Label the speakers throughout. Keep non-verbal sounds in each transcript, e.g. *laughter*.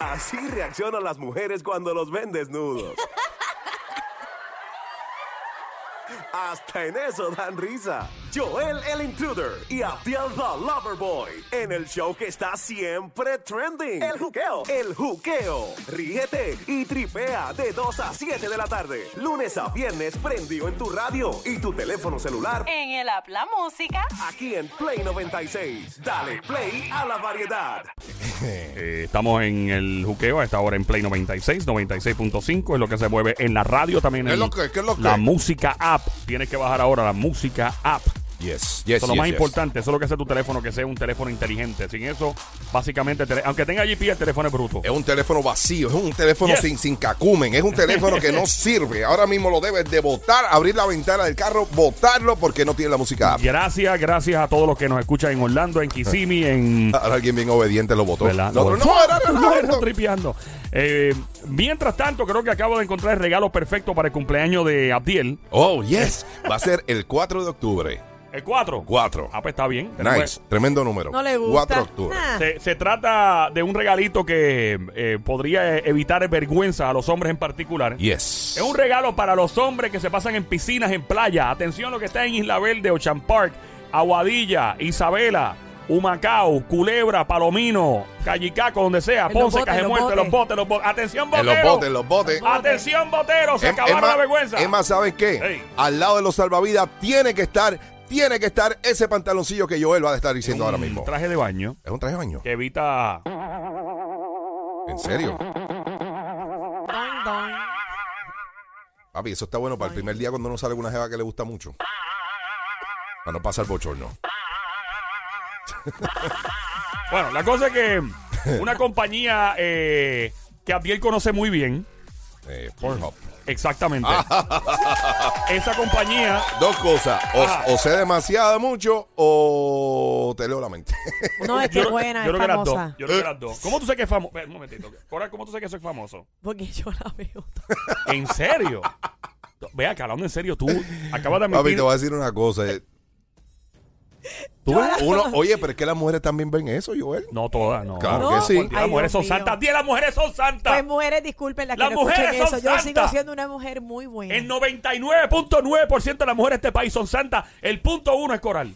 Speaker 1: Así reaccionan las mujeres cuando los ven desnudos. Hasta en eso dan risa. Joel el Intruder y Abdiel the Loverboy en el show que está siempre trending. El juqueo. El juqueo. Ríete y tripea de 2 a 7 de la tarde. Lunes a viernes prendido en tu radio y tu teléfono celular
Speaker 2: En el app La Música.
Speaker 1: aquí en Play 96. Dale play a la variedad.
Speaker 3: Eh, estamos en el juqueo a esta hora en Play 96, 96.5 es lo que se mueve en la radio también.
Speaker 4: ¿Qué es
Speaker 3: en
Speaker 4: lo que- qué es lo que?
Speaker 3: La música app. Tienes que bajar ahora la música app.
Speaker 4: Yes, yes,
Speaker 3: eso es lo
Speaker 4: yes,
Speaker 3: más
Speaker 4: yes.
Speaker 3: importante, eso es lo que hace tu teléfono, que sea un teléfono inteligente. Sin eso, básicamente, el tele- aunque tenga GPS, el teléfono es bruto.
Speaker 4: Es un teléfono vacío, es un teléfono
Speaker 3: Yes.
Speaker 4: sin, sin cacumen, es un teléfono que
Speaker 3: *laughs*
Speaker 4: no sirve. Ahora mismo lo debes de botar, abrir la ventana del carro, botarlo porque no tiene la música app.
Speaker 3: Gracias, gracias a todos los que nos escuchan en Orlando, en Kissimmee,
Speaker 4: *laughs*
Speaker 3: en
Speaker 4: Ahora alguien bien obediente lo botó.
Speaker 3: ¿Verdad?
Speaker 4: No,
Speaker 3: Lo-
Speaker 4: no, no, era-
Speaker 3: *laughs*
Speaker 4: era-
Speaker 3: No,
Speaker 4: era-
Speaker 3: era tripeando. Eh, mientras tanto, creo que acabo de encontrar el regalo perfecto para el cumpleaños de Abdiel.
Speaker 4: Oh, yes. Va a ser el 4
Speaker 3: *laughs*
Speaker 4: de octubre.
Speaker 3: El 4.
Speaker 4: 4.
Speaker 3: Ah, pues está bien. Tenemos-
Speaker 4: Nice. Tremendo número.
Speaker 5: No le gusta.
Speaker 4: 4 de octubre.
Speaker 5: Nah.
Speaker 3: Se, se trata de un regalito que eh, podría eh, evitar vergüenza a los hombres en particular.
Speaker 4: Yes.
Speaker 3: Es un regalo para los hombres que se pasan en piscinas, en playa. Atención lo que está en Isla Verde, Ocean Park, Aguadilla, Isabela, Humacao, Culebra, Palomino, Callicaco, donde sea,
Speaker 5: En los
Speaker 3: Ponce,
Speaker 5: botes, en los
Speaker 3: Cajemuerte, los
Speaker 5: botes.
Speaker 3: botes, los botes. Atención,
Speaker 4: En
Speaker 3: botero.
Speaker 4: los botes, en los botes.
Speaker 3: Atención, botero. Se
Speaker 4: Em-
Speaker 3: acabaron
Speaker 4: Emma-
Speaker 3: la vergüenza.
Speaker 4: Emma, ¿saben qué?
Speaker 3: Ey.
Speaker 4: Al lado de los salvavidas tiene que estar, tiene que estar ese pantaloncillo que Joel va a estar diciendo ahora mismo.
Speaker 3: Un traje de baño
Speaker 4: Es un traje de baño.
Speaker 3: que evita.
Speaker 4: ¿En serio? Papi, eso está bueno para el primer día cuando uno sale con una jeva que le gusta mucho. Para no pasar bochorno.
Speaker 3: Bueno, la cosa es que una compañía eh, que Abdiel conoce muy bien.
Speaker 4: Eh, Pornhub. *laughs*
Speaker 3: Exactamente. Esa compañía.
Speaker 4: Dos cosas.
Speaker 3: Ajá.
Speaker 4: O, o sé demasiado mucho o te leo
Speaker 3: *laughs*
Speaker 4: la mente.
Speaker 5: No, es que es buena,
Speaker 3: yo
Speaker 5: es
Speaker 3: creo que las dos.
Speaker 5: famosa.
Speaker 3: Yo creo que las dos. ¿Cómo tú sabes que es famoso? Un momentito. Cora, ¿cómo tú sabes que soy famoso?
Speaker 5: Porque yo la veo.
Speaker 3: ¿En serio? Ve acá, hablando en serio, tú acabas de
Speaker 4: Papi,
Speaker 3: admitir.
Speaker 4: te voy a decir una cosa. eh. Tú ves, uno, oye, pero es que las mujeres también ven eso, Joel.
Speaker 3: No todas, no.
Speaker 4: Claro
Speaker 5: No,
Speaker 4: que Ah, sí.
Speaker 5: porque-
Speaker 3: Las
Speaker 5: Ay,
Speaker 3: mujeres son
Speaker 5: Dios mío.
Speaker 3: santas. ¡Diez las mujeres son santas!
Speaker 5: Pues mujeres, disculpen las que
Speaker 3: Las
Speaker 5: no escuchen
Speaker 3: mujeres son
Speaker 5: eso. Yo sigo
Speaker 3: santas.
Speaker 5: siendo una mujer muy buena.
Speaker 3: El 99.9% de las mujeres de este país son santas. El punto uno es Coral.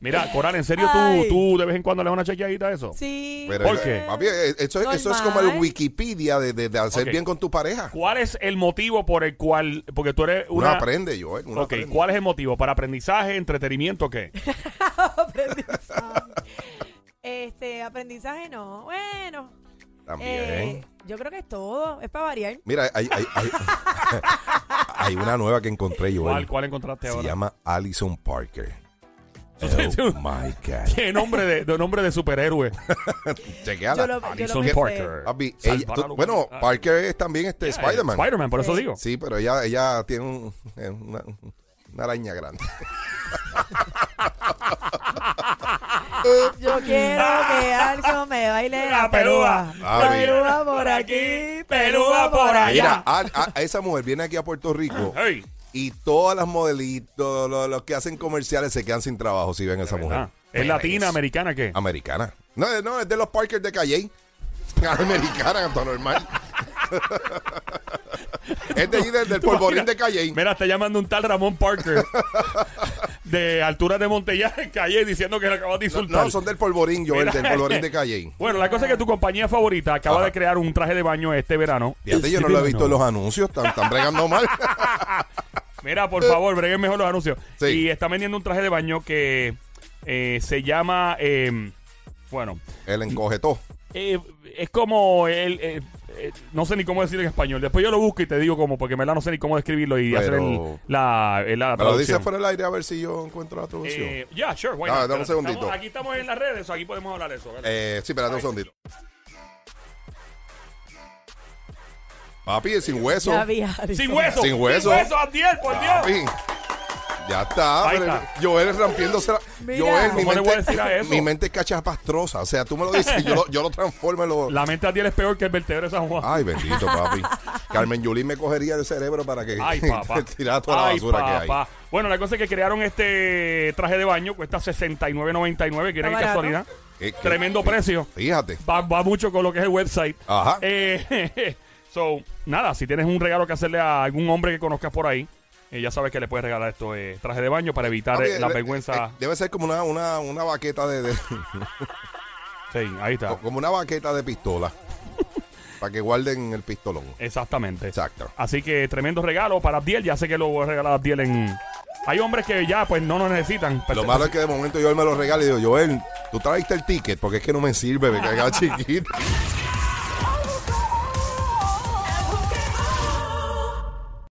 Speaker 3: Mira, Coral, ¿en serio tú,
Speaker 5: Ay.
Speaker 3: tú de vez en cuando le das una chequeadita a eso?
Speaker 5: Sí.
Speaker 4: Pero,
Speaker 3: ¿Por
Speaker 4: eh,
Speaker 3: qué?
Speaker 4: Papi, eh, eso, es- eso es como
Speaker 5: Normal.
Speaker 4: el Wikipedia de, de- de hacer
Speaker 3: Ok.
Speaker 4: bien con tu pareja.
Speaker 3: ¿Cuál es el motivo por el cual... Porque tú eres
Speaker 4: Uno
Speaker 3: una...
Speaker 4: aprende, Joel. uno
Speaker 3: ok,
Speaker 4: aprende.
Speaker 3: ¿cuál es el motivo? ¿Para aprendizaje, entretenimiento, qué?
Speaker 5: aprendizaje. este, aprendizaje no. Bueno.
Speaker 4: También.
Speaker 5: eh, yo creo que es todo. Es para variar.
Speaker 4: Mira, hay, hay, hay, *laughs* hay una nueva que encontré,
Speaker 3: ¿Cuál,
Speaker 4: Joel.
Speaker 3: cuál encontraste
Speaker 4: Se
Speaker 3: ahora?
Speaker 4: llama
Speaker 3: *laughs*
Speaker 4: Allison Parker.
Speaker 3: Tú- tú-
Speaker 4: Oh my God.
Speaker 3: *laughs* ¿Qué nombre de, de nombre de superhéroe?
Speaker 4: Chequeala.
Speaker 5: Yo lo- yo lo
Speaker 4: Alison
Speaker 5: pensé.
Speaker 4: Parker. Papi, ella-
Speaker 3: Salvar a
Speaker 4: tú-
Speaker 3: la
Speaker 4: bueno,
Speaker 3: humanidad.
Speaker 4: Parker es también este Spider-Man.
Speaker 3: Spider-Man, por eso digo.
Speaker 4: Sí, pero ella, ella tiene un- eh, una, una araña
Speaker 5: *laughs*
Speaker 4: grande.
Speaker 5: Yo quiero que Alzo me baile
Speaker 3: Ah. La
Speaker 5: la
Speaker 3: pelúa.
Speaker 5: pelúa.
Speaker 4: Ah, bien.
Speaker 5: Pelúa por aquí, pelúa por
Speaker 3: Allá.
Speaker 4: Mira, a- a- a esa mujer viene aquí a Puerto Rico
Speaker 3: ¡Ey!
Speaker 4: y todas las modelitos, lo- los, que hacen comerciales se quedan sin trabajo si ven a esa mujer.
Speaker 3: Ah, ¿Es latina,
Speaker 4: americana.
Speaker 3: americana, qué?
Speaker 4: Americana. No, eh, no, es de los Parker de Calle. *laughs* Americana, todo normal. *laughs* es de allí, del, del
Speaker 3: Tú
Speaker 4: polvorín
Speaker 3: imaginas-
Speaker 4: de Calle.
Speaker 3: Pues Mira, está llamando un tal Ramón
Speaker 4: *laughs*
Speaker 3: Parker de altura de Montellar en calle diciendo que lo acabas de insultar.
Speaker 4: No, son del polvorín, yo,
Speaker 3: Mira.
Speaker 4: del polvorín de Calle.
Speaker 3: Bueno, la cosa es que tu compañía favorita acaba
Speaker 4: Ajá.
Speaker 3: de crear un traje de baño este verano.
Speaker 4: Fíjate, yo no lo he visto en los anuncios, están, están bregando mal.
Speaker 3: Mira, por favor, breguen mejor los anuncios.
Speaker 4: Sí.
Speaker 3: Y está vendiendo un traje de baño que eh, se llama. eh, bueno,
Speaker 4: El encogetó.
Speaker 3: eh, es como. El, eh, eh, no sé ni cómo decirlo en español. Después yo lo busco y te digo como, porque en verdad no sé ni cómo describirlo y
Speaker 4: Pero-
Speaker 3: hacer el- la, eh, la
Speaker 4: Me lo dice
Speaker 3: traducción.
Speaker 4: fuera del aire a ver si yo encuentro la traducción.
Speaker 3: Eh, ya, sure, why
Speaker 4: Ah,
Speaker 3: not?
Speaker 4: dame un
Speaker 3: Espérate,
Speaker 4: segundito.
Speaker 3: estamos- aquí estamos en las redes, aquí podemos hablar de eso. ¿verdad?
Speaker 4: Eh, sí, espérate un segundito. Papi, es sin hueso.
Speaker 5: Ya vi, Alzo.
Speaker 3: sin hueso.
Speaker 4: Sin hueso. Ah,
Speaker 3: Sin hueso, Abdiel, por Dios.
Speaker 4: Papi, Ya está,
Speaker 3: Ahí
Speaker 4: pero
Speaker 3: está.
Speaker 4: Joel rompiéndose la...
Speaker 5: Mira.
Speaker 4: Joel, mi
Speaker 3: ¿Cómo le voy a
Speaker 4: mente,
Speaker 3: decir a eso?
Speaker 4: mi mente es cachapastrosa. O sea, tú me lo dices y yo lo, yo lo transformo en lo...
Speaker 3: La mente de Abdiel es peor que el vertedero de San Juan.
Speaker 4: Ay, bendito, papi. Carmen Yulín me cogería el cerebro para que *laughs*
Speaker 3: Ay, papá.
Speaker 4: tirara toda la
Speaker 3: Ay,
Speaker 4: basura que hay.
Speaker 3: papá. Bueno, la cosa es que crearon este traje de baño, cuesta 69.99, que era
Speaker 5: Está
Speaker 3: qué
Speaker 5: barato.
Speaker 3: casualidad.
Speaker 4: Qué- qué-
Speaker 3: Tremendo precio.
Speaker 4: Fíjate.
Speaker 3: Va, va mucho con lo que es el website.
Speaker 4: Ajá.
Speaker 3: Eh, *laughs* so, nada, si tienes un regalo que hacerle a algún hombre que conozcas por ahí, eh, ya sabes que le puedes regalar esto, eh, traje de baño, para evitar
Speaker 4: Ah,
Speaker 3: eh,
Speaker 4: bien,
Speaker 3: la
Speaker 4: eh,
Speaker 3: vergüenza.
Speaker 4: eh, Debe ser como una, una, una baqueta de, *laughs* de-
Speaker 3: sí, ahí está.
Speaker 4: como una baqueta de pistola. para que guarden el pistolón.
Speaker 3: Exactamente.
Speaker 4: Exacto.
Speaker 3: Así que tremendo regalo para Abdiel. Ya sé que lo voy a regalar a Abdiel en. Hay hombres que ya pues no lo necesitan.
Speaker 4: Lo malo es que de momento yo me lo regalo y digo, Joel, tú trajiste el ticket porque es que no me sirve, me cagaba *laughs* chiquito.